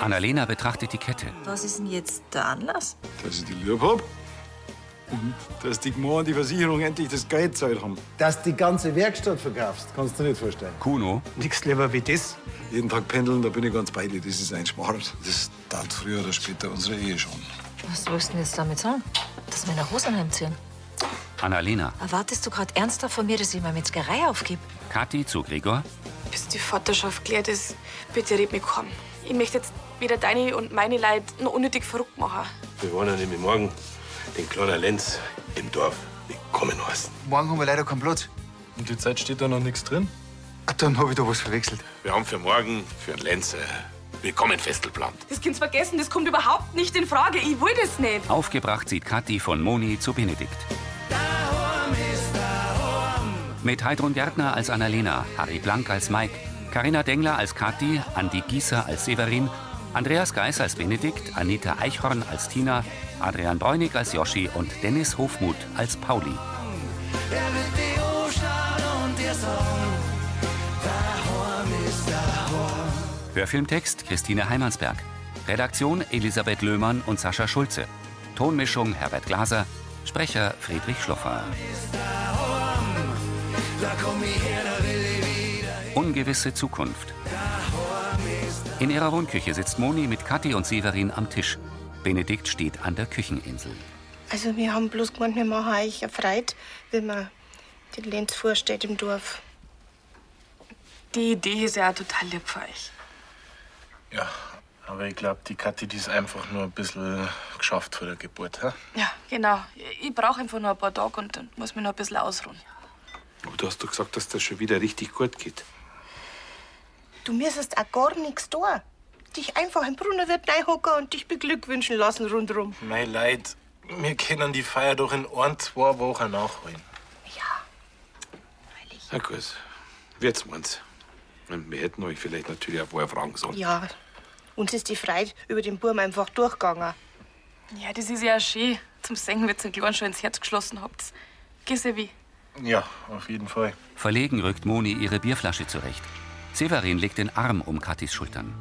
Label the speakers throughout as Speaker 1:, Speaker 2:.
Speaker 1: Annalena betrachtet die Kette.
Speaker 2: Was ist denn jetzt der Anlass?
Speaker 3: Dass ich die lieb hab. Und dass die Gmor und die Versicherung endlich das Geld zahlt haben.
Speaker 4: Dass die ganze Werkstatt verkaufst, kannst du dir nicht vorstellen.
Speaker 1: Kuno
Speaker 5: Nix lieber wie das.
Speaker 3: Jeden Tag pendeln, da bin ich ganz bei dir. Das ist ein Schmarrn. Das tat früher oder später unsere Ehe schon.
Speaker 2: Was willst du denn jetzt damit sagen? Dass wir nach Rosenheim ziehen?
Speaker 1: Annalena.
Speaker 2: Erwartest du gerade ernsthaft von mir, dass ich meine Metzgerei aufgib?
Speaker 1: Kathi zu Gregor.
Speaker 6: Bis die Vaterschaft klärt ist, bitte red mich kaum. Ich möchte jetzt weder deine und meine Leid noch unnötig verrückt machen.
Speaker 7: Wir wollen ja nämlich morgen den kleinen Lenz im Dorf willkommen heißen.
Speaker 8: Morgen haben wir leider keinen Platz.
Speaker 3: Und die Zeit steht da noch nichts drin?
Speaker 8: Ah, Dann habe ich da was verwechselt.
Speaker 7: Wir haben für morgen für den Lenz
Speaker 9: äh,
Speaker 7: ein Willkommenfest geplant.
Speaker 6: Das Kind vergessen, das kommt überhaupt nicht in Frage. Ich will das nicht.
Speaker 1: Aufgebracht sieht Kathi von Moni zu Benedikt. Mit Heidrun Gärtner als Annalena, Harry Blank als Mike, Karina Dengler als Kathi, Andi Gießer als Severin, Andreas Geis als Benedikt, Anita Eichhorn als Tina, Adrian Bräunig als Joschi und Dennis Hofmuth als Pauli. Hörfilmtext Christine Heimansberg. Redaktion Elisabeth Löhmann und Sascha Schulze. Tonmischung Herbert Glaser. Sprecher Friedrich Schloffer. Ungewisse Zukunft. In ihrer Wohnküche sitzt Moni mit Kathi und Severin am Tisch. Benedikt steht an der Kücheninsel.
Speaker 10: Also wir haben bloß gemeint, wir machen euch erfreut, wenn man den Lenz vorstellt im Dorf.
Speaker 6: Die Idee ist ja total lieb für euch.
Speaker 7: Ja, aber ich glaube, die Kathi, die ist einfach nur ein bisschen geschafft vor der Geburt. Ha?
Speaker 6: Ja, genau. Ich brauche einfach nur ein paar Tage und dann muss mich noch ein bisschen ausruhen.
Speaker 7: Aber du hast doch gesagt, dass das schon wieder richtig gut geht.
Speaker 10: Du müsstest auch gar nichts tun. Dich einfach im Brunnerwirt reinhocken und dich beglückwünschen lassen rundrum.
Speaker 7: Mein Leid, wir können die Feier doch in ein, zwei Wochen nachholen.
Speaker 10: Ja,
Speaker 7: Na gut, wird's uns. Und wir hätten euch vielleicht natürlich auch vorher fragen sollen.
Speaker 10: ja. Uns ist die Freude über den Burm einfach durchgegangen.
Speaker 6: Ja, das ist ja schön. Zum Singen wird's den Kleinen schon ins Herz geschlossen habt. Geh's ja wie.
Speaker 7: Ja, auf jeden Fall.
Speaker 1: Verlegen rückt Moni ihre Bierflasche zurecht. Severin legt den Arm um Kathis Schultern.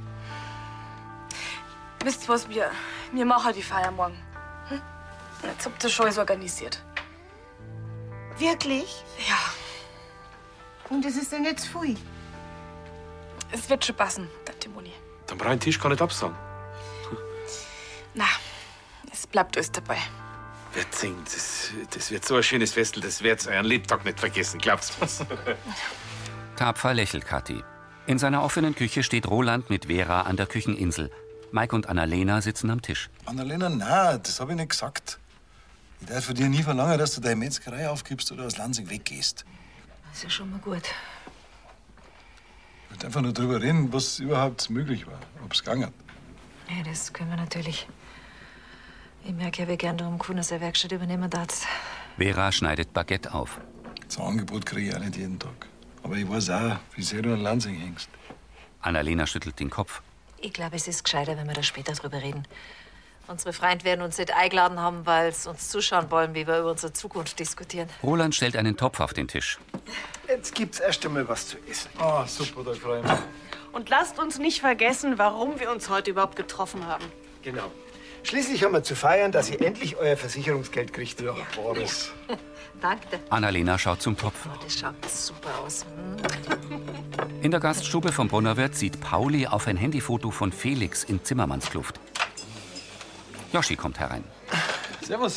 Speaker 6: Wisst ihr was, wir, wir machen halt die Feier morgen. Hm? Jetzt habt ihr schon alles organisiert.
Speaker 10: Wirklich?
Speaker 6: Ja,
Speaker 10: Und es ist ja nicht zu viel.
Speaker 6: es wird schon passen, Tante Moni.
Speaker 7: Dann brauche ich den Tisch gar nicht absagen.
Speaker 6: Na, es bleibt alles dabei.
Speaker 7: Wird singen, das, das wird so ein schönes Festel, das werdet ihr euren Lebtag nicht vergessen, glaubt's mir.
Speaker 1: Tapfer lächelt Kathi. In seiner offenen Küche steht Roland mit Vera an der Kücheninsel. Mike und Annalena sitzen am Tisch.
Speaker 4: Annalena, nein, das habe ich nicht gesagt. Ich darf von dir nie verlangen, dass du deine Metzgerei aufgibst oder aus Lansing weggehst.
Speaker 2: Das ist ja schon mal gut.
Speaker 4: Ich wollte einfach nur drüber reden, was überhaupt möglich war, ob es gegangen hat.
Speaker 2: Ja, das können wir natürlich. Ich merke ja, wie gern du um Kuhn seine Werkstatt übernehmen darfst.
Speaker 1: Vera schneidet Baguette auf.
Speaker 4: Das Angebot kriege ich auch nicht jeden Tag. Aber ich weiß auch, wie sehr du an Lansing hängst.
Speaker 1: Annalena schüttelt den Kopf.
Speaker 2: Ich glaube, es ist gescheiter, wenn wir da später drüber reden. Unsere Freunde werden uns nicht eingeladen haben, weil sie uns zuschauen wollen, wie wir über unsere Zukunft diskutieren.
Speaker 1: Roland stellt einen Topf auf den Tisch.
Speaker 5: Jetzt gibt's erst einmal was zu essen.
Speaker 4: Ah, super, da freue ich mich.
Speaker 11: Und lasst uns nicht vergessen, warum wir uns heute überhaupt getroffen haben.
Speaker 5: Genau. Schließlich haben wir zu feiern, dass ihr endlich euer Versicherungsgeld kriegt. Ja,
Speaker 4: Boris.
Speaker 2: Danke.
Speaker 1: Annalena schaut zum Topf.
Speaker 2: Das schaut super aus. Hm?
Speaker 1: In der Gaststube vom Brunnerwirt sieht Pauli auf ein Handyfoto von Felix in Zimmermannskluft. Joschi kommt herein.
Speaker 8: Servus.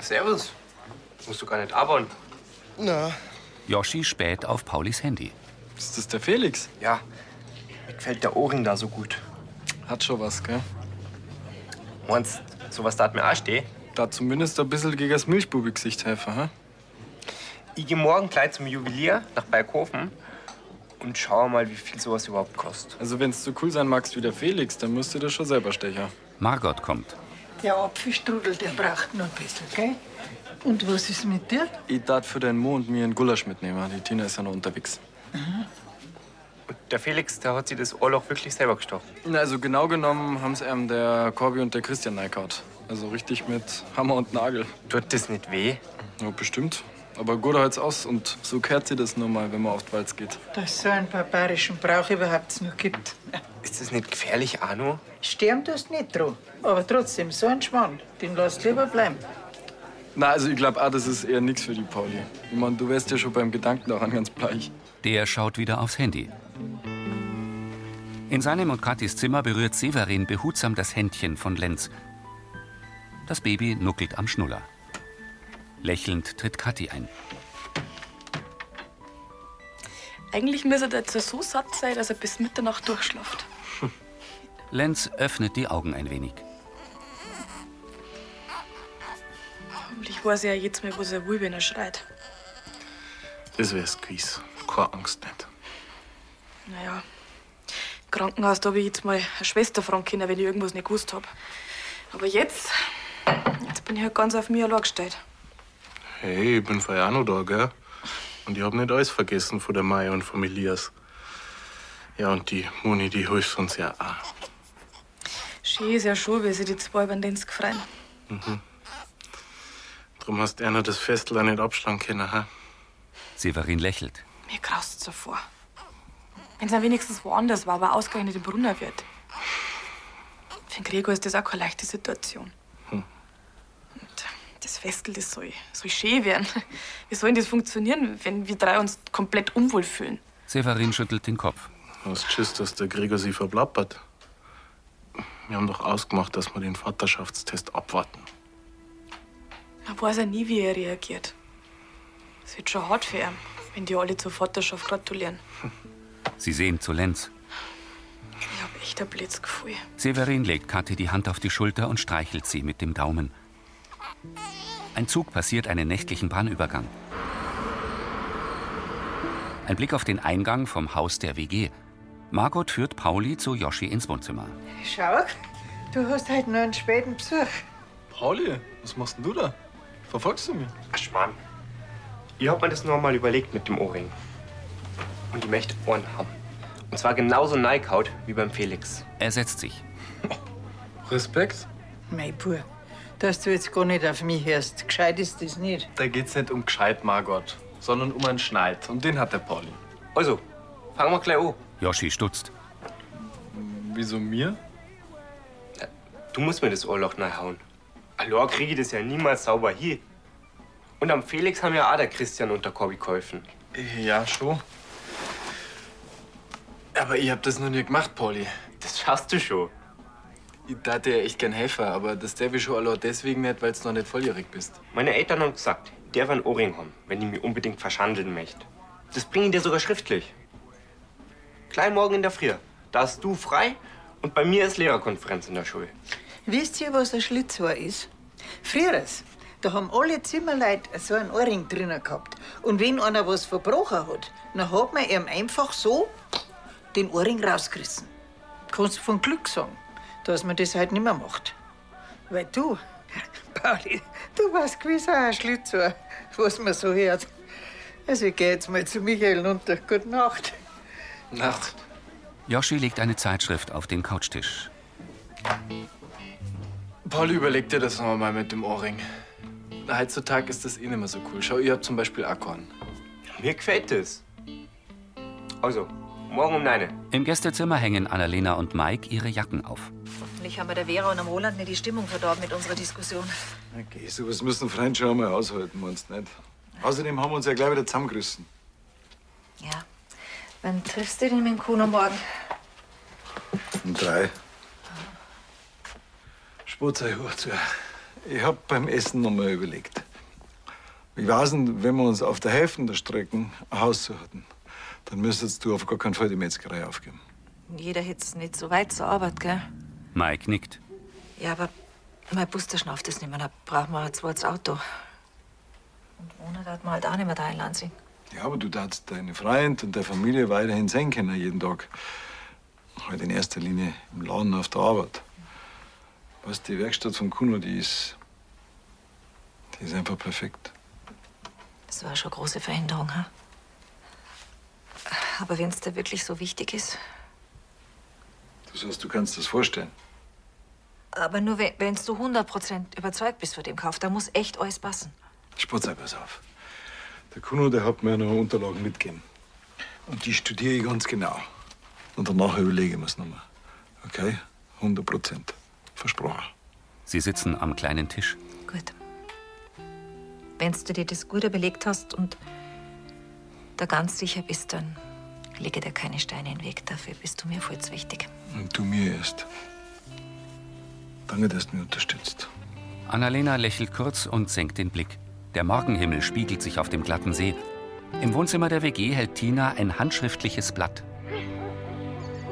Speaker 5: Servus. Musst du gar nicht abhauen.
Speaker 8: Na,
Speaker 1: Joschi späht auf Paulis Handy.
Speaker 3: Ist das der Felix?
Speaker 5: Ja, mir gefällt der Ohrring da so gut.
Speaker 3: Hat schon was, gell?
Speaker 5: Meinst sowas tat mir auch stehen?
Speaker 3: Da zumindest ein bisschen gegen das Milchbubi-Gesicht helfen, ha?
Speaker 5: Ich gehe morgen gleich zum Juwelier nach Berghofen und schaue mal, wie viel sowas überhaupt kostet.
Speaker 3: Also, wenn's so cool sein magst wie der Felix, dann musst du das schon selber stechen.
Speaker 1: Margot kommt.
Speaker 11: Der Apfelstrudel, der braucht noch ein bisschen, gell? Und was ist mit dir?
Speaker 3: Ich darf für deinen Mo und mir einen Gulasch mitnehmen. Die Tina ist ja noch unterwegs.
Speaker 5: Und der Felix, der hat sich das Ohrloch wirklich selber gestochen.
Speaker 3: Na, Also, genau genommen haben's einem der Corby und der Christian neikaut. Also, richtig mit Hammer und Nagel.
Speaker 5: Tut das nicht weh?
Speaker 3: Ja, bestimmt. Aber gut halt's aus und so kehrt sie das nun mal, wenn man auf den Walz geht.
Speaker 11: Dass so einen barbarischen Brauch überhaupt noch gibt.
Speaker 5: Ist das nicht gefährlich, Arno?
Speaker 11: Sterben tust nicht dran. Aber trotzdem, so ein Schmarrn, den lass lieber bleiben.
Speaker 3: Na, also ich glaube auch, das ist eher nichts für die Pauli. Ich meine, du wärst ja schon beim Gedanken daran ganz bleich.
Speaker 1: Der schaut wieder aufs Handy. In seinem und Katis Zimmer berührt Severin behutsam das Händchen von Lenz. Das Baby nuckelt am Schnuller. Lächelnd tritt Kathi ein.
Speaker 6: Eigentlich müsste er jetzt so satt sein, dass er bis Mitternacht durchschlaft.
Speaker 1: Lenz öffnet die Augen ein wenig.
Speaker 6: Hoffentlich weiß er ja jetzt mehr, was er will, wenn er schreit.
Speaker 7: Das wär's gewiss. Keine Angst nicht.
Speaker 6: Naja, Krankenhaus, da hab ich jetzt mal eine Schwester fragen können, wenn ich irgendwas nicht gewusst hab. Aber jetzt, jetzt bin ich halt ganz auf mich allein gestellt.
Speaker 7: Hey, ich bin vorher auch noch da, gell? Und ich hab nicht alles vergessen von der Maya und vom Elias. Ja, und die Moni, die hilft uns ja auch.
Speaker 6: Schön ist ja schon, wie sie die zwei beim Dienst gefreien.
Speaker 7: Mhm. Drum hast du einer das Festlein nicht abschlagen können, ha?
Speaker 1: Severin lächelt.
Speaker 6: Mir graust davor. Wenn's dann wenigstens woanders war, aber ausgerechnet im Brunner wird. Für den Gregor ist das auch keine leichte Situation.
Speaker 7: Hm.
Speaker 6: Und das Festel, das soll, soll schön werden. Wie soll denn das funktionieren, wenn wir drei uns komplett unwohl fühlen?
Speaker 1: Severin schüttelt den Kopf.
Speaker 7: Hast Schiss, dass der Gregor sie verplappert? Wir haben doch ausgemacht, dass wir den Vaterschaftstest abwarten.
Speaker 6: Man weiß ja nie, wie er reagiert. Es wird schon hart für ihn, wenn die alle zur Vaterschaft gratulieren.
Speaker 1: Sie sehen zu Lenz.
Speaker 6: Ich hab echt ein Blitzgefühl.
Speaker 1: Severin legt Kathi die Hand auf die Schulter und streichelt sie mit dem Daumen. Ein Zug passiert einen nächtlichen Bahnübergang. Ein Blick auf den Eingang vom Haus der WG. Margot führt Pauli zu Joschi ins Wohnzimmer.
Speaker 11: Schau, du hast heute nur einen späten Besuch.
Speaker 3: Pauli, was machst denn du da? Verfolgst du mich?
Speaker 5: Ach, Mann. Ich hab mir das noch mal überlegt mit dem Ohrring. Und ich möchte Ohren haben. Und zwar genauso neikaut wie beim Felix.
Speaker 1: Er setzt sich.
Speaker 3: Respekt.
Speaker 11: Mein Bub, dass du jetzt gar nicht auf mich hörst. Gescheit ist das nicht.
Speaker 3: Da geht's nicht um gescheit, Margot, sondern um einen Schneid. Und den hat der Pauli.
Speaker 5: Also, fangen wir gleich an.
Speaker 1: Joschi stutzt.
Speaker 3: Wieso mir?
Speaker 5: Du musst mir das Ohrloch neihauen. Alor kriege ich das ja niemals sauber hier. Und am Felix haben ja auch der Christian und der Corby geholfen.
Speaker 3: Ja, schon. Aber ich hab das noch nie gemacht, Pauli.
Speaker 5: Das schaffst du schon.
Speaker 3: Ich dachte ja echt gern helfen, aber das darf ich schon allein deswegen nicht, weil du noch nicht volljährig bist.
Speaker 5: Meine Eltern haben gesagt, ich darf einen Ohrring haben, wenn ich mich unbedingt verschandeln möchte. Das bringe ich dir sogar schriftlich. Klein morgen in der Früh. Da hast du frei und bei mir ist Lehrerkonferenz in der Schule.
Speaker 11: Wisst ihr, was ein Schlitzohr ist? Früheres, da haben alle Zimmerleute so einen Ohrring drinnen gehabt. Und wenn einer was verbrochen hat, dann hat man ihm einfach so den Ohrring rausgerissen. Kannst du von Glück sagen, dass man das halt nicht mehr macht. Weil du, Pauli, du warst gewiss auch ein Schlitzohr, was man so hört. Also ich geh jetzt mal zu Michael runter. Gute Nacht.
Speaker 3: Nacht.
Speaker 1: Joschi legt eine Zeitschrift auf den Couchtisch.
Speaker 3: Pauli, überleg dir das noch mal mit dem Ohrring. Heutzutage ist das eh nicht mehr so cool. Schau, ihr habt zum Beispiel Akkorn.
Speaker 5: Mir gefällt das. Also, morgen um 9.
Speaker 1: Im Gästezimmer hängen Annalena und Mike ihre Jacken auf.
Speaker 2: Hoffentlich haben wir der Vera und dem Roland nicht die Stimmung verdorben mit unserer Diskussion.
Speaker 4: Okay, sowas müssen Freunde schon einmal aushalten, meinst du nicht? Außerdem haben wir uns ja gleich wieder zusammengerissen.
Speaker 2: Ja. Wann triffst du den mit dem Kuno morgen?
Speaker 4: Um drei. Spurt sei hoch zu. Ich hab beim Essen noch mal überlegt. Wie war's denn, wenn wir uns auf der Hälfte der Strecken ein Haus suchten? Dann müsstest du auf gar keinen Fall die Metzgerei aufgeben.
Speaker 2: Jeder hätte es nicht so weit zur Arbeit, gell?
Speaker 1: Mike nickt.
Speaker 2: Ja, aber mein Bus, der schnauft das nicht mehr. Da brauchen wir ein zweites Auto. Und ohne da hat man halt auch nicht mehr da in Lansing.
Speaker 4: Ja, aber du darfst deine Freund und der Familie weiterhin sehen können, jeden Tag. Halt in erster Linie im Laden auf der Arbeit. Was die Werkstatt von Kuno, die ist. die ist einfach perfekt.
Speaker 2: Das war schon eine große Veränderung, ha? Aber wenn es dir wirklich so wichtig ist.
Speaker 4: Du sagst, du kannst das vorstellen.
Speaker 2: Aber nur wenn wenn's du 100% überzeugt bist von dem Kauf, da muss echt alles passen.
Speaker 4: Spotzer, pass auf. Der Kuno, der hat mir noch Unterlagen mitgegeben. Und die studiere ich ganz genau. Und danach überlege ich mir's nochmal. Okay? 100 Prozent. Versprochen.
Speaker 1: Sie sitzen am kleinen Tisch.
Speaker 2: Wenn du dir das gut überlegt hast und da ganz sicher bist, dann lege dir keine Steine in den Weg. Dafür bist du mir voll zu wichtig.
Speaker 4: Und du mir erst. Danke, dass du mich unterstützt.
Speaker 1: Annalena lächelt kurz und senkt den Blick. Der Morgenhimmel spiegelt sich auf dem glatten See. Im Wohnzimmer der WG hält Tina ein handschriftliches Blatt.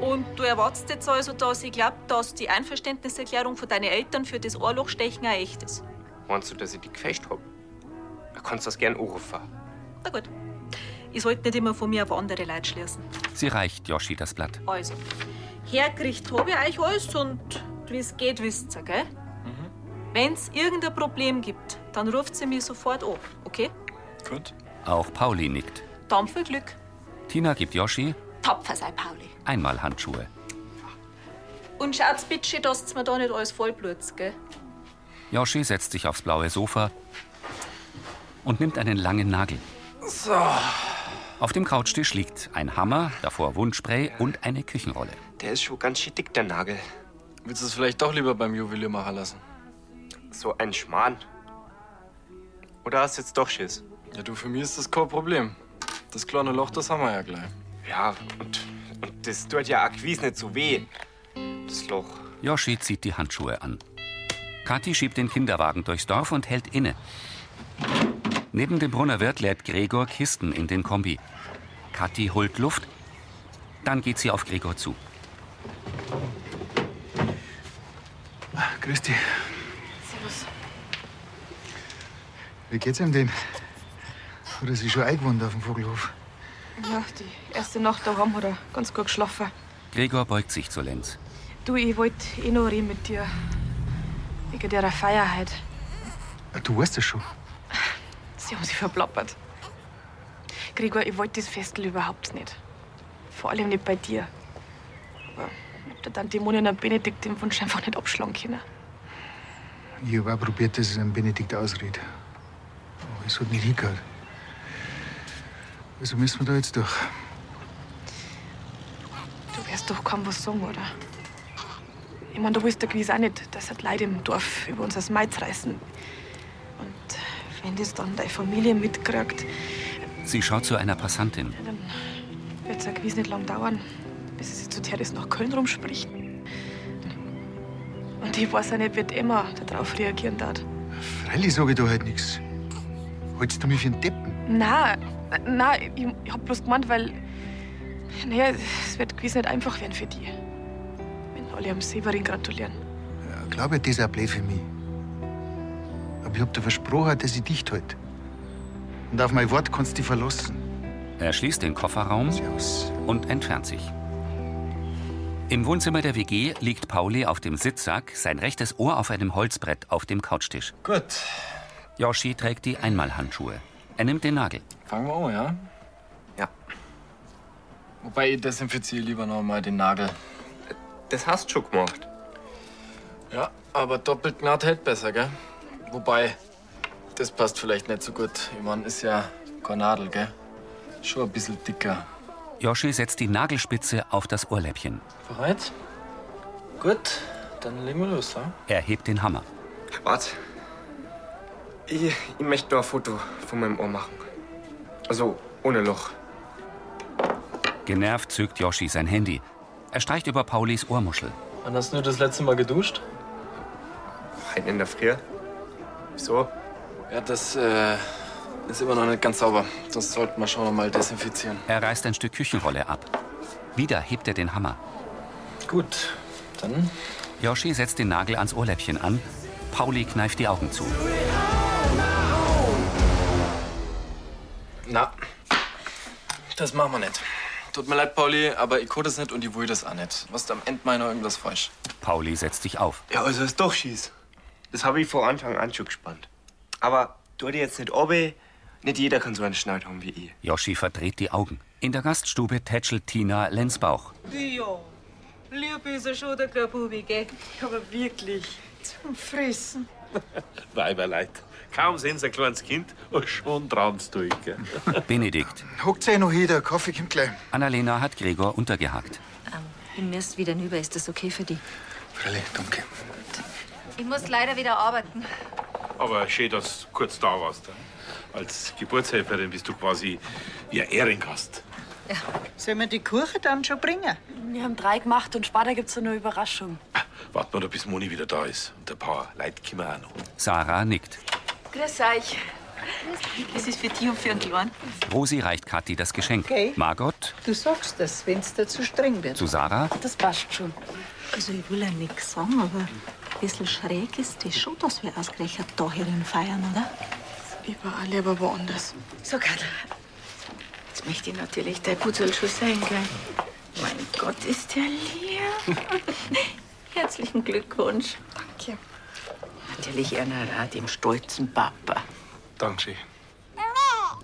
Speaker 12: Und du erwartest jetzt also, dass ich glaube, dass die Einverständniserklärung von deinen Eltern für das Ohrlochstechen ein echtes.
Speaker 5: Meinst du, dass ich dich gefälscht hab? Da kannst du das gern anrufen.
Speaker 12: Na gut. Ich sollte nicht immer von mir auf andere Leute schließen.
Speaker 1: Sie reicht Yoshi das Blatt.
Speaker 12: Also, hergerichtet habe ich euch alles und wie es geht, wisst ihr, gell? Wenn es irgendein Problem gibt, dann ruft sie mich sofort an, okay?
Speaker 1: Gut. Auch Pauli nickt.
Speaker 12: Dann viel Glück.
Speaker 1: Tina gibt Yoshi
Speaker 12: Tapfer sei, Pauli.
Speaker 1: einmal Handschuhe.
Speaker 12: Und schaut's bitte, schön, dass mir da nicht alles vollblutzt, gell?
Speaker 1: Yoshi setzt sich aufs blaue Sofa und nimmt einen langen Nagel.
Speaker 3: So,
Speaker 1: Auf dem Couchtisch liegt ein Hammer, davor Wundspray und eine Küchenrolle.
Speaker 5: Der ist schon ganz schön dick, der Nagel.
Speaker 3: willst du es vielleicht doch lieber beim Juwelier machen lassen?
Speaker 5: So ein Schmarrn. Oder hast du jetzt doch Schiss?
Speaker 3: Ja, du, für mich ist das kein Problem. Das kleine Loch, das haben wir ja gleich.
Speaker 5: Ja, und, und das tut ja Akquise nicht so weh. Das Loch.
Speaker 1: Yoshi zieht die Handschuhe an. Kathi schiebt den Kinderwagen durchs Dorf und hält inne. Neben dem Brunner Wirt lädt Gregor Kisten in den Kombi. Kathi holt Luft, dann geht sie auf Gregor zu.
Speaker 8: Ah, Grüß dich.
Speaker 6: Servus.
Speaker 8: Wie geht's ihm denn? Hat er sich schon eingewohnt auf dem Vogelhof?
Speaker 6: Ja, die erste Nacht daheim hat er ganz gut geschlafen.
Speaker 1: Gregor beugt sich zu Lenz.
Speaker 6: Du, ich wollte eh noch reden mit dir. Wegen der Feier heute.
Speaker 8: Ah, Du weißt das schon.
Speaker 6: Sie haben sich verplappert. Gregor, ich wollte das Festel überhaupt nicht. Vor allem nicht bei dir. Aber ich hab der Tante Monina Benedikt den Wunsch einfach nicht abschlagen können.
Speaker 8: Ich habe auch probiert, dass es einem Benedikt ausredet. Aber es hat nicht hingehört. Also müssen wir da jetzt durch.
Speaker 6: Du wirst doch kaum was sagen, oder? Ich meine, du willst doch gewiss auch nicht, dass halt Leute im Dorf über uns das Meiz reißen. Und wenn das dann deine Familie mitkriegt,
Speaker 1: Sie schaut zu einer Passantin.
Speaker 6: dann wird's ja gewiss nicht lang dauern, bis es sich zu Teres nach Köln rumspricht. Und ich weiß auch nicht, wie die Emma darauf reagieren darf.
Speaker 8: Freilich sage ich da halt nichts. Hältst du mich für einen Deppen?
Speaker 6: Na, na, ich, ich hab bloß gemeint, weil. Naja, es wird gewiss nicht einfach werden für die. Wenn alle am Severin gratulieren.
Speaker 8: Ich glaube, das ist auch blöd für mich. Aber ich hab dir versprochen, dass ich dich halt. Und auf mein Wort kannst du dich verlassen.
Speaker 1: Er schließt den Kofferraum und entfernt sich. Im Wohnzimmer der WG liegt Pauli auf dem Sitzsack, sein rechtes Ohr auf einem Holzbrett auf dem Couchtisch.
Speaker 3: Gut.
Speaker 1: Yoshi trägt die Einmalhandschuhe. Er nimmt den Nagel.
Speaker 3: Fangen wir an, ja? Ja. Wobei, ich desinfiziere lieber noch mal den Nagel.
Speaker 5: Das hast du schon gemacht.
Speaker 3: Ja, aber doppelt Gnad hält besser, gell? Wobei, das passt vielleicht nicht so gut. Ich mein, ist ja keine Nadel, gell? Schon ein bisschen dicker.
Speaker 1: Yoshi setzt die Nagelspitze auf das Ohrläppchen.
Speaker 3: Bereit? Gut, dann legen wir los, ja?
Speaker 1: Er hebt den Hammer.
Speaker 5: Warte. Ich, ich möchte nur ein Foto von meinem Ohr machen. Also, ohne Loch.
Speaker 1: Genervt zückt Yoshi sein Handy. Er streicht über Paulis Ohrmuschel.
Speaker 3: Wann hast du das letzte Mal geduscht?
Speaker 5: Heute in der Früh. Wieso?
Speaker 3: Ja, das äh, ist immer noch nicht ganz sauber. Das sollten wir schon noch mal desinfizieren.
Speaker 1: Er reißt ein Stück Küchenrolle ab. Wieder hebt er den Hammer.
Speaker 3: Gut, dann.
Speaker 1: Yoshi setzt den Nagel ans Ohrläppchen an. Pauli kneift die Augen zu.
Speaker 3: Na, das machen wir nicht. Tut mir leid, Pauli, aber ich konnte es nicht und ich will das auch nicht. Was am Ende meiner irgendwas falsch.
Speaker 1: Pauli setzt sich auf.
Speaker 5: Ja, also ist doch schieß. Das habe ich vor Anfang an schon gespannt. Aber du dir jetzt nicht obe, nicht jeder kann so einen Schneid haben wie ich.
Speaker 1: Yoshi verdreht die Augen. In der Gaststube tätschelt Tina Lenz Bauch.
Speaker 12: Ja, lieb ist er schon, der kleine Bubi, gell? Aber wirklich, zum Fressen.
Speaker 9: Weiberleid. Kaum sehen sie ein kleines Kind und schon trauen sie durch. gell?
Speaker 1: Benedikt.
Speaker 8: Hockt euch noch hier, der Kaffee kommt gleich.
Speaker 1: Annalena hat Gregor untergehakt.
Speaker 2: Ich müsst wieder hinüber. Ist das okay für dich?
Speaker 9: Freilich, danke.
Speaker 2: Ich muss leider wieder arbeiten.
Speaker 9: Aber schön, dass du kurz da warst. Als Geburtshelferin bist du quasi ihr Ehrengast.
Speaker 11: Sollen wir die Kuchen dann schon bringen?
Speaker 13: Wir haben drei gemacht und später gibt's noch eine Überraschung.
Speaker 9: Warten wir da, bis Moni wieder da ist. Und ein paar Leute kommen auch noch.
Speaker 1: Sarah nickt.
Speaker 6: Grüß euch. Das ist für dich und für den Kleinen.
Speaker 1: Rosi reicht Kathi das Geschenk.
Speaker 11: Okay.
Speaker 1: Margot
Speaker 11: Du sagst das, wenn's dir zu streng wird.
Speaker 1: zu Sarah.
Speaker 6: Das passt schon.
Speaker 14: Also ich will ja nichts sagen, aber ein bisschen schräg ist das schon, dass wir ausgerechnet da herin feiern, oder?
Speaker 6: Überall, aber woanders.
Speaker 14: So, Katl.
Speaker 6: Jetzt möchte ich natürlich der Putzel schon sein, gell? Mein Gott, ist der leer.
Speaker 14: Herzlichen Glückwunsch.
Speaker 6: Danke.
Speaker 14: Natürlich einer Rat im stolzen Papa.
Speaker 7: Dankeschön.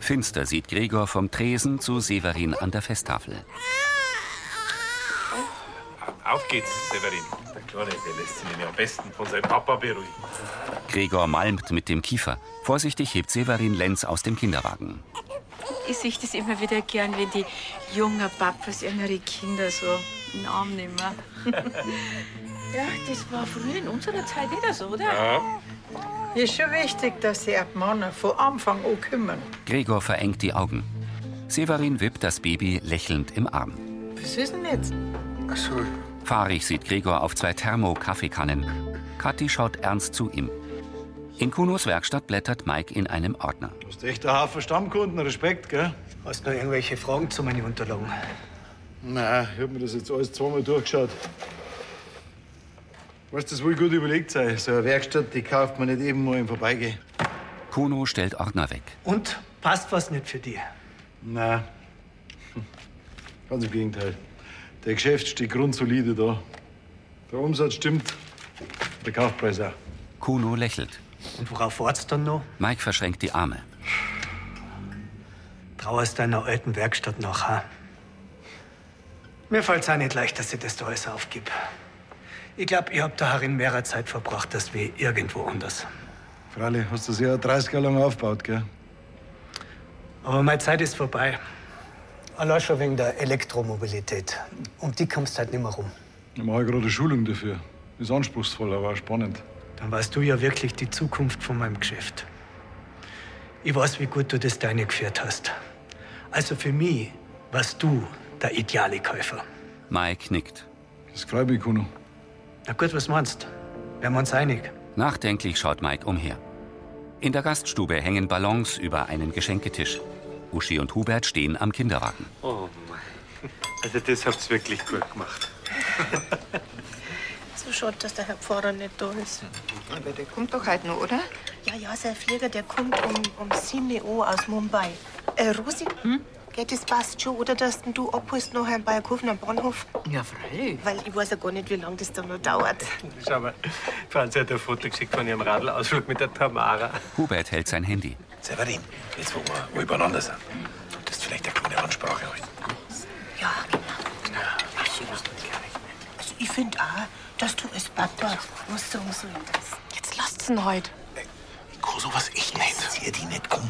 Speaker 1: Finster sieht Gregor vom Tresen zu Severin an der Festtafel.
Speaker 9: Auf geht's, Severin. Der Kleine, der lässt sich nämlich am besten von seinem Papa beruhigen.
Speaker 1: Gregor malmt mit dem Kiefer. Vorsichtig hebt Severin Lenz aus dem Kinderwagen.
Speaker 13: Ich sehe das immer wieder gern, wenn die jungen Papas ihre Kinder so in den Arm nehmen.
Speaker 6: Ja, das war früher in unserer Zeit wieder so, oder?
Speaker 11: Ist schon wichtig, dass sie ab Männer von Anfang an kümmern.
Speaker 1: Gregor verengt die Augen. Severin wippt das Baby lächelnd im Arm.
Speaker 11: Was ist denn jetzt? Ach so.
Speaker 1: Fahrig sieht Gregor auf zwei Thermo-Kaffeekannen. Kathi schaut ernst zu ihm. In Kunos Werkstatt blättert Mike in einem Ordner.
Speaker 4: Hast echt ein Haufen Stammkunden, Respekt, gell?
Speaker 15: Hast du noch irgendwelche Fragen zu meinen Unterlagen?
Speaker 4: Nein, ich hab mir das jetzt alles zweimal durchgeschaut. Weißt das wohl gut überlegt sein. So eine Werkstatt, die kauft man nicht eben mal im Vorbeigehen.
Speaker 1: Kuno stellt Ordner weg.
Speaker 15: Und passt was nicht für dich?
Speaker 4: Nein. Hm. Ganz im Gegenteil. Der Geschäft steht grundsolide da. Der Umsatz stimmt, der Kaufpreis auch.
Speaker 1: Kuno lächelt.
Speaker 15: Und worauf wartest du dann noch?
Speaker 1: Mike verschränkt die Arme.
Speaker 15: Trauerst deiner alten Werkstatt nach, ha? Mir fällt's auch nicht leicht, dass ich das da alles aufgib. Ich glaub, ich hab da herin mehr Zeit verbracht, als wie irgendwo anders.
Speaker 4: Freilich, hast du das ja 30 Jahre lang aufgebaut, gell?
Speaker 15: Aber meine Zeit ist vorbei. Allein schon wegen der Elektromobilität. Um die kommst du halt nicht mehr rum.
Speaker 4: Ich mache gerade eine Schulung dafür. Ist anspruchsvoll, aber auch spannend.
Speaker 15: Dann weißt du ja wirklich die Zukunft von meinem Geschäft. Ich weiß, wie gut du das deine geführt hast. Also für mich warst du der ideale Käufer.
Speaker 1: Mike nickt.
Speaker 4: Das freut mich, Kuno.
Speaker 15: Na gut, was meinst? Wären wir uns einig?
Speaker 1: Nachdenklich schaut Mike umher. In der Gaststube hängen Ballons über einen Geschenketisch. Uschi und Hubert stehen am Kinderwagen.
Speaker 5: Oh Mann. Also das habt ihr wirklich gut gemacht.
Speaker 10: So schade, dass der Herr Pfarrer nicht da ist.
Speaker 6: Aber der kommt doch heute noch, oder?
Speaker 10: Ja, ja, sein Flieger, der kommt um, um 7 Uhr aus Mumbai. Äh, Rosi?
Speaker 6: Hm?
Speaker 10: Geht das passt schon, oder dass denn du abholst noch einen Bayerkofen am Bahnhof?
Speaker 14: Ja, freilich.
Speaker 10: Weil ich weiß ja gar nicht, wie lange das da noch dauert.
Speaker 16: Schau mal, Franz hat ein Foto geschickt von ihrem Radlausflug mit der Tamara.
Speaker 1: Hubert hält sein Handy.
Speaker 9: Severin, jetzt wo wir wo übereinander sind, solltest du vielleicht eine kleine Ansprache halten.
Speaker 10: Ja, genau. Also ich finde auch, dass du als Papa was sagen solltest.
Speaker 6: Jetzt lasst's ihn heute.
Speaker 9: Ich kann sowas echt nicht. Sieh die nicht, komm.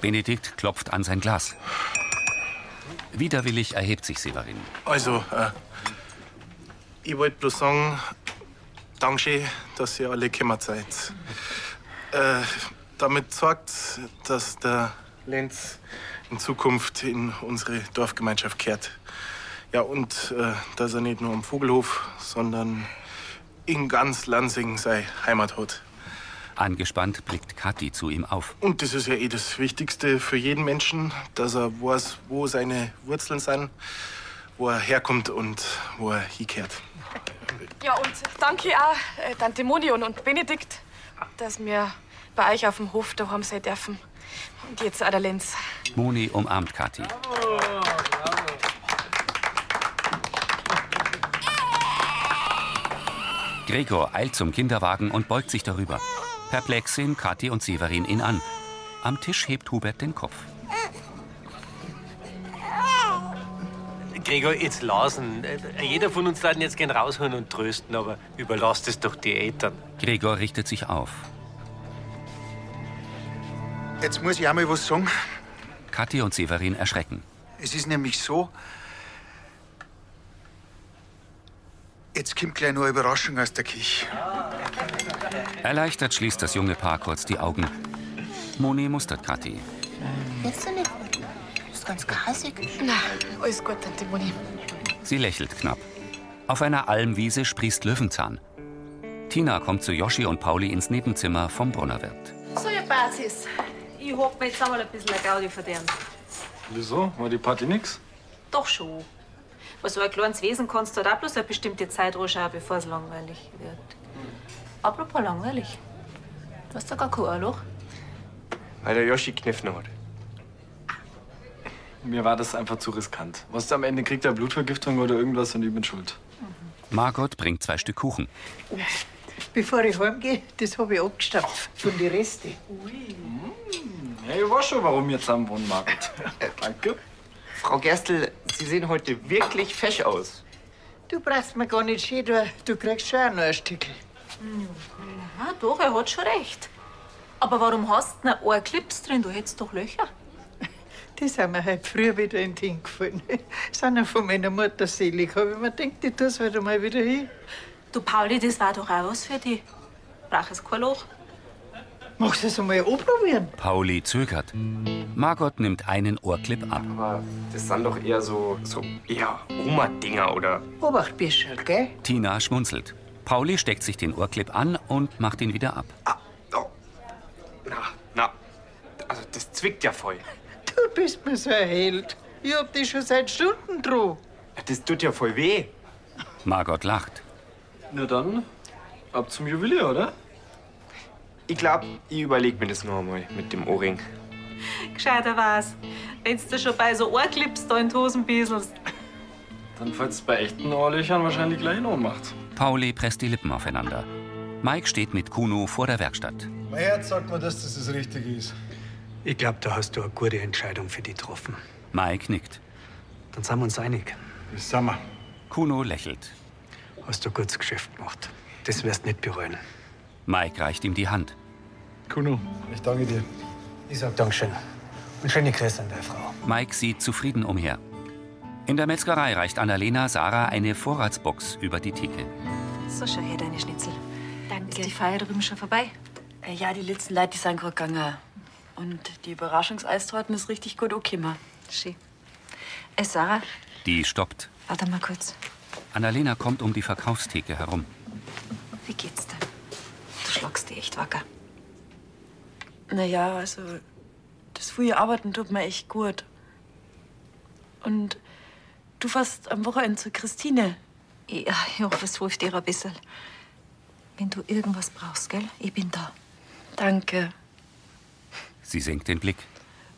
Speaker 1: Benedikt klopft an sein Glas. Widerwillig erhebt sich Severin.
Speaker 7: Also, äh, ich wollte bloß sagen, Dankeschön, dass ihr alle gekommen seid. Äh, damit zeigt, dass der Lenz in Zukunft in unsere Dorfgemeinschaft kehrt. Ja, und äh, dass er nicht nur am Vogelhof, sondern in ganz Lansing sei Heimat hat.
Speaker 1: Angespannt blickt Kathi zu ihm auf.
Speaker 7: Und das ist ja eh das Wichtigste für jeden Menschen, dass er weiß, wo seine Wurzeln sind, wo er herkommt und wo er hinkehrt.
Speaker 6: Ja, und danke auch äh, Tante Moni und, und Benedikt, dass wir bei euch auf dem Hof daheim sein dürfen. Und jetzt auch der Lenz.
Speaker 1: Moni umarmt Kathi. Gregor eilt zum Kinderwagen und beugt sich darüber. Perplex sehen Kathi und Severin ihn an. Am Tisch hebt Hubert den Kopf.
Speaker 16: Gregor, jetzt lassen. Äh, Jeder von uns laden jetzt gern rausholen und trösten, aber überlasst es doch die Eltern.
Speaker 1: Gregor richtet sich auf.
Speaker 8: Jetzt muss ich einmal was sagen.
Speaker 1: Kathi und Severin erschrecken.
Speaker 8: Es ist nämlich so, Jetzt kommt gleich noch eine Überraschung aus der Küche.
Speaker 1: Erleichtert schließt das junge Paar kurz die Augen. Moni mustert Kathi.
Speaker 10: Jetzt du nicht gut? Ist ganz gasig.
Speaker 6: Na, alles gut, Tante Moni.
Speaker 1: Sie lächelt knapp. Auf einer Almwiese sprießt Löwenzahn. Tina kommt zu Joschi und Pauli ins Nebenzimmer vom Brunnerwirt.
Speaker 12: So, ihr Basis. Ich hab mir jetzt einmal ein bisschen eine Gaudi verdient.
Speaker 3: Wieso? War die Party nix?
Speaker 12: Doch schon. Weil so ein kleines Wesen kannst du halt auch bloß eine bestimmte Zeit anschauen, bevor es langweilig wird. Apropos langweilig. Du hast da gar kein Ohrloch.
Speaker 5: Weil der Yoshi kniffen hat.
Speaker 3: Mir war das einfach zu riskant. Was am Ende kriegt er Blutvergiftung oder irgendwas und ich bin schuld.
Speaker 1: Margot bringt zwei Stück Kuchen.
Speaker 11: Bevor ich heimgehe, das habe ich abgestapft von den Resten.
Speaker 3: Ja, ich weiß schon, warum ihr zusammen wohnen magt. Danke.
Speaker 5: Frau Gerstl, Sie sehen heute wirklich fesch aus.
Speaker 11: Du brauchst mir gar nicht schön, tun. du kriegst schon auch noch ein Stückchen.
Speaker 13: Mhm.
Speaker 12: Ja, doch, er hat schon recht. Aber warum hast du denn ein Clips drin? Du hättest doch Löcher.
Speaker 11: Die sind mir heute früh wieder in den Sinn gefallen. Sind ja von meiner Mutter selig. Habe ich mir gedacht, ich tue es heute mal wieder hin.
Speaker 12: Du, Pauli, das war doch auch was für dich. Brauch es kein Loch.
Speaker 11: Magst du es einmal anprobieren?
Speaker 1: Pauli zögert. Margot nimmt einen Ohrclip ab.
Speaker 5: Das sind doch eher so, so eher Oma-Dinger, oder?
Speaker 11: Obacht, Bischerl, gell?
Speaker 1: Tina schmunzelt. Pauli steckt sich den Ohrclip an und macht ihn wieder ab.
Speaker 5: Na, na. Also, das zwickt ja voll.
Speaker 11: Du bist mir so ein Held. Ich hab dich schon seit Stunden dran.
Speaker 5: Das tut ja voll weh.
Speaker 1: Margot lacht.
Speaker 3: Na dann, ab zum Juwelier, oder?
Speaker 5: Ich glaub, ich überleg mir das noch einmal mit dem Ohrring.
Speaker 12: Gescheiter war's, wenn du schon bei so Ohrclips da in die Hosen bieselst.
Speaker 3: Dann fällt es bei echten Ohrlöchern wahrscheinlich gleich in Ohnmacht.
Speaker 1: Pauli presst die Lippen aufeinander. Mike steht mit Kuno vor der Werkstatt.
Speaker 17: Mein Herz sagt mir, dass das das Richtige ist.
Speaker 15: Ich glaube, da hast du eine gute Entscheidung für die getroffen.
Speaker 1: Mike nickt.
Speaker 15: Dann sind wir uns einig.
Speaker 17: Das sind wir.
Speaker 1: Kuno lächelt.
Speaker 15: Hast du gutes Geschäft gemacht. Das wirst nicht bereuen.
Speaker 1: Mike reicht ihm die Hand.
Speaker 17: Kuno, ich danke dir.
Speaker 15: Ich sag Dankeschön. Und schöne Grüße an deine Frau.
Speaker 1: Mike sieht zufrieden umher. In der Metzgerei reicht Annalena Sarah eine Vorratsbox über die Theke.
Speaker 2: So, schau her, deine Schnitzel. Danke. Ist die Feier drüben schon vorbei?
Speaker 13: Äh, Ja, die letzten Leute die sind gerade gegangen. Und die Überraschungseistorten ist richtig gut angekommen. Äh,
Speaker 2: Schön. Ey, Sarah,
Speaker 1: Die stoppt.
Speaker 2: warte mal kurz.
Speaker 1: Annalena kommt um die Verkaufstheke herum.
Speaker 2: Wie geht's dir? Du schlagst dich echt wacker.
Speaker 13: Naja, also das frühe Arbeiten tut mir echt gut. Und du fährst am Wochenende zu Christine.
Speaker 2: Ja, ich hoffe, es hilft dir ein bisschen. Wenn du irgendwas brauchst, gell? Ich bin da.
Speaker 13: Danke.
Speaker 1: Sie senkt den Blick.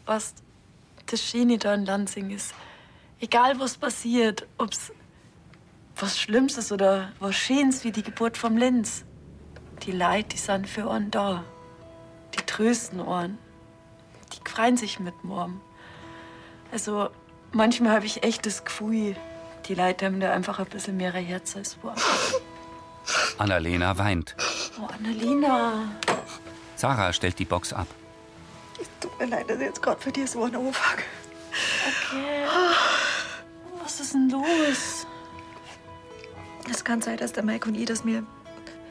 Speaker 13: Was das Schöne da in Lansing ist, egal was passiert, ob's was Schlimmes ist oder was Schönes wie die Geburt vom Lenz, die Leid, die sind für einen da. Die trösten einen. Die freuen sich mit morgen. Also manchmal habe ich echt das Gefühl, die Leute haben da einfach ein bisschen mehr Herz als vor.
Speaker 1: Annalena weint.
Speaker 13: Oh, Annalena.
Speaker 1: Sarah stellt die Box ab.
Speaker 18: Tut mir leid, dass ich jetzt gerade für dir so einen Anfang.
Speaker 13: Okay. Was ist denn los?
Speaker 18: Es kann sein, dass der Mike und ich, dass wir,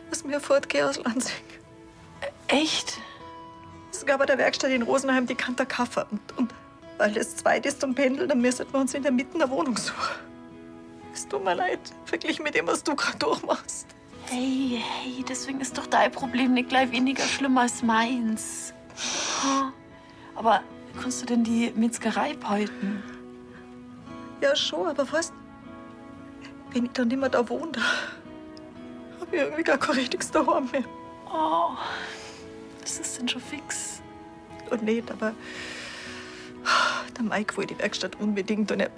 Speaker 18: dass wir fortgehen aus Lansing.
Speaker 13: Echt?
Speaker 18: Es gab bei der Werkstatt in Rosenheim die Kanter Kaffer. Und, und weil es zweit ist zum Pendeln, dann müssen wir uns in der Mitte einer Wohnung suchen. Es tut mir leid, verglichen mit dem, was du gerade durchmachst.
Speaker 13: Hey, hey, deswegen ist doch dein Problem nicht gleich weniger schlimm als meins. Ha. Aber kannst du denn die Metzgerei behalten?
Speaker 18: Ja, schon, aber weißt wenn ich dann nicht mehr da wohne, da hab ich irgendwie gar kein richtiges Daheim mehr.
Speaker 13: Oh, das ist denn schon fix.
Speaker 18: Und nicht, aber der Mike will die Werkstatt unbedingt und er,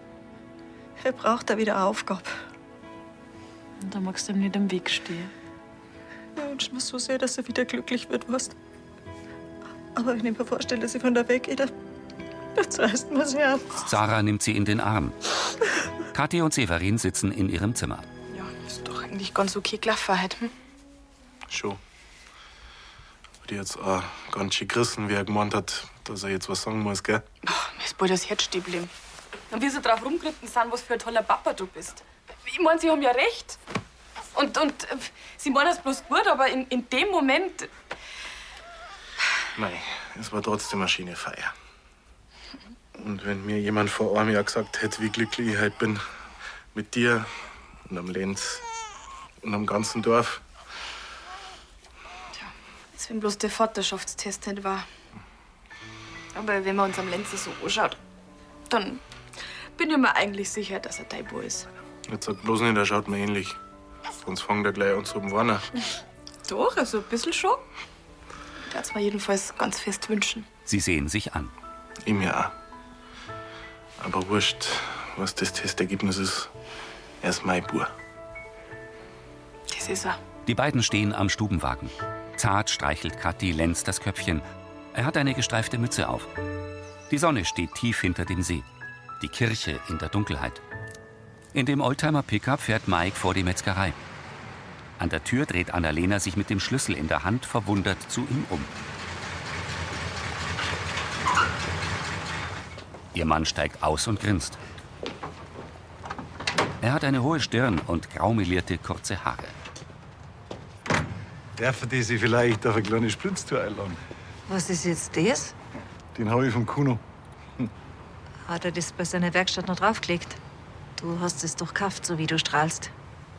Speaker 18: er braucht da wieder eine Aufgabe.
Speaker 13: Und da magst du ihm nicht im Weg stehen.
Speaker 18: Ich wünsche mir so sehr, dass er wieder glücklich wird, weißt Aber wenn ich mir vorstelle, dass ich von da weggehe, dann dann zerreißt mir das Herz.
Speaker 1: Sarah nimmt sie in den Arm. Kathi und Severin sitzen in ihrem Zimmer.
Speaker 6: Ist doch eigentlich ganz okay gelaufen heute. Hm?
Speaker 7: Schon. Die jetzt auch ganz schön gerissen, wie er gemeint hat, dass er jetzt was sagen muss, gell?
Speaker 19: Mir ist bald das Herz stehen geblieben. Und wie sie drauf rumgeritten sind, was für ein toller Papa du bist. Ich meine, sie haben ja recht. Und, und äh, sie meinen das bloß gut, aber in, in dem Moment.
Speaker 7: Nein, es war trotzdem eine schöne Feier. Und wenn mir jemand vor einem Jahr gesagt hätte, wie glücklich ich heute bin, mit dir und am Lenz und am ganzen Dorf,
Speaker 19: Als wenn bloß der Vaterschaftstest nicht war. Aber wenn man uns am Lenzer so anschaut, dann bin ich mir eigentlich sicher, dass er dein Bub ist.
Speaker 7: jetzt sagt bloß nicht, er schaut mir ähnlich. Sonst fangen da gleich an zu warnen.
Speaker 19: Doch, also ein bisschen schon. Ich würde es mir jedenfalls ganz fest wünschen.
Speaker 1: Sie sehen sich an.
Speaker 7: Ich mir auch. Aber wurscht, was das Testergebnis ist. Er ist mein Bub.
Speaker 19: Das ist er.
Speaker 1: Die beiden stehen am Stubenwagen. Zart streichelt Kathi Lenz das Köpfchen. Er hat eine gestreifte Mütze auf. Die Sonne steht tief hinter dem See. Die Kirche in der Dunkelheit. In dem Oldtimer-Pickup fährt Mike vor die Metzgerei. An der Tür dreht Annalena sich mit dem Schlüssel in der Hand verwundert zu ihm um. Ihr Mann steigt aus und grinst. Er hat eine hohe Stirn und graumelierte kurze Haare.
Speaker 4: Dürfen die Sie vielleicht auf eine kleine Spritztour einladen?
Speaker 2: Was ist jetzt das?
Speaker 4: Den habe ich vom Kuno.
Speaker 2: Hat er das bei seiner Werkstatt noch draufgelegt? Du hast es doch gekauft, so wie du strahlst.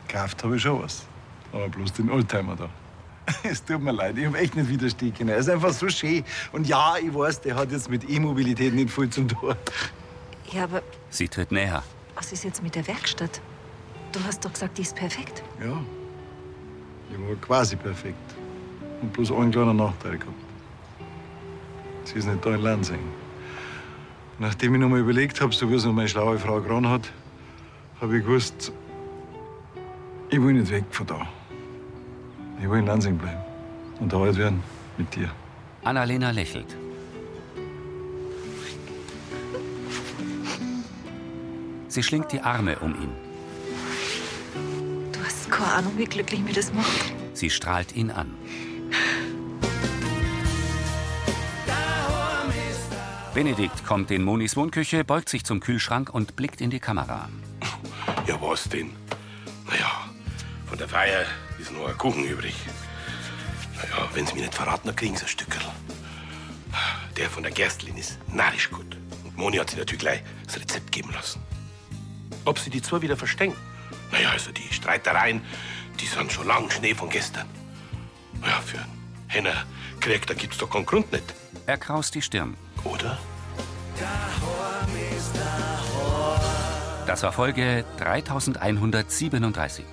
Speaker 4: Gekauft habe ich schon was. Aber bloß den Oldtimer da. Es tut mir leid, ich habe echt nicht widerstehen können. Er ist einfach so schön. Und ja, ich weiß, der hat jetzt mit E-Mobilität nicht viel zum tun.
Speaker 2: Ja, aber
Speaker 1: Sie tritt näher.
Speaker 2: was ist jetzt mit der Werkstatt? Du hast doch gesagt, die ist perfekt.
Speaker 4: Ja. Ich war quasi perfekt. Und bloß einen kleinen Nachteil gehabt. Sie ist nicht da in Lansing. Nachdem ich noch mal überlegt habe, so wie es noch meine schlaue Frau geran hat, habe ich gewusst, ich will nicht weg von da. Ich will in Lansing bleiben und da alt werden mit dir.
Speaker 1: Annalena lächelt. Sie schlingt die Arme um ihn.
Speaker 2: Du hast keine Ahnung, wie glücklich mir das macht.
Speaker 1: Sie strahlt ihn an. Benedikt kommt in Monis Wohnküche, beugt sich zum Kühlschrank und blickt in die Kamera.
Speaker 9: Ja, was denn? Naja, von der Feier ist nur ein Kuchen übrig. Naja, wenn sie mir nicht verraten, dann kriegen sie ein Stückerl. Der von der Gerstlin ist narrisch gut. Und Moni hat sich natürlich gleich das Rezept geben lassen. Ob sie die zwei wieder verstecken? Naja, also die Streitereien, die sind schon lang Schnee von gestern. Naja, für einen Henner krieg, da gibt's doch keinen Grund nicht.
Speaker 1: Er kraust die Stirn.
Speaker 9: Oder?
Speaker 1: Das war Folge 3137.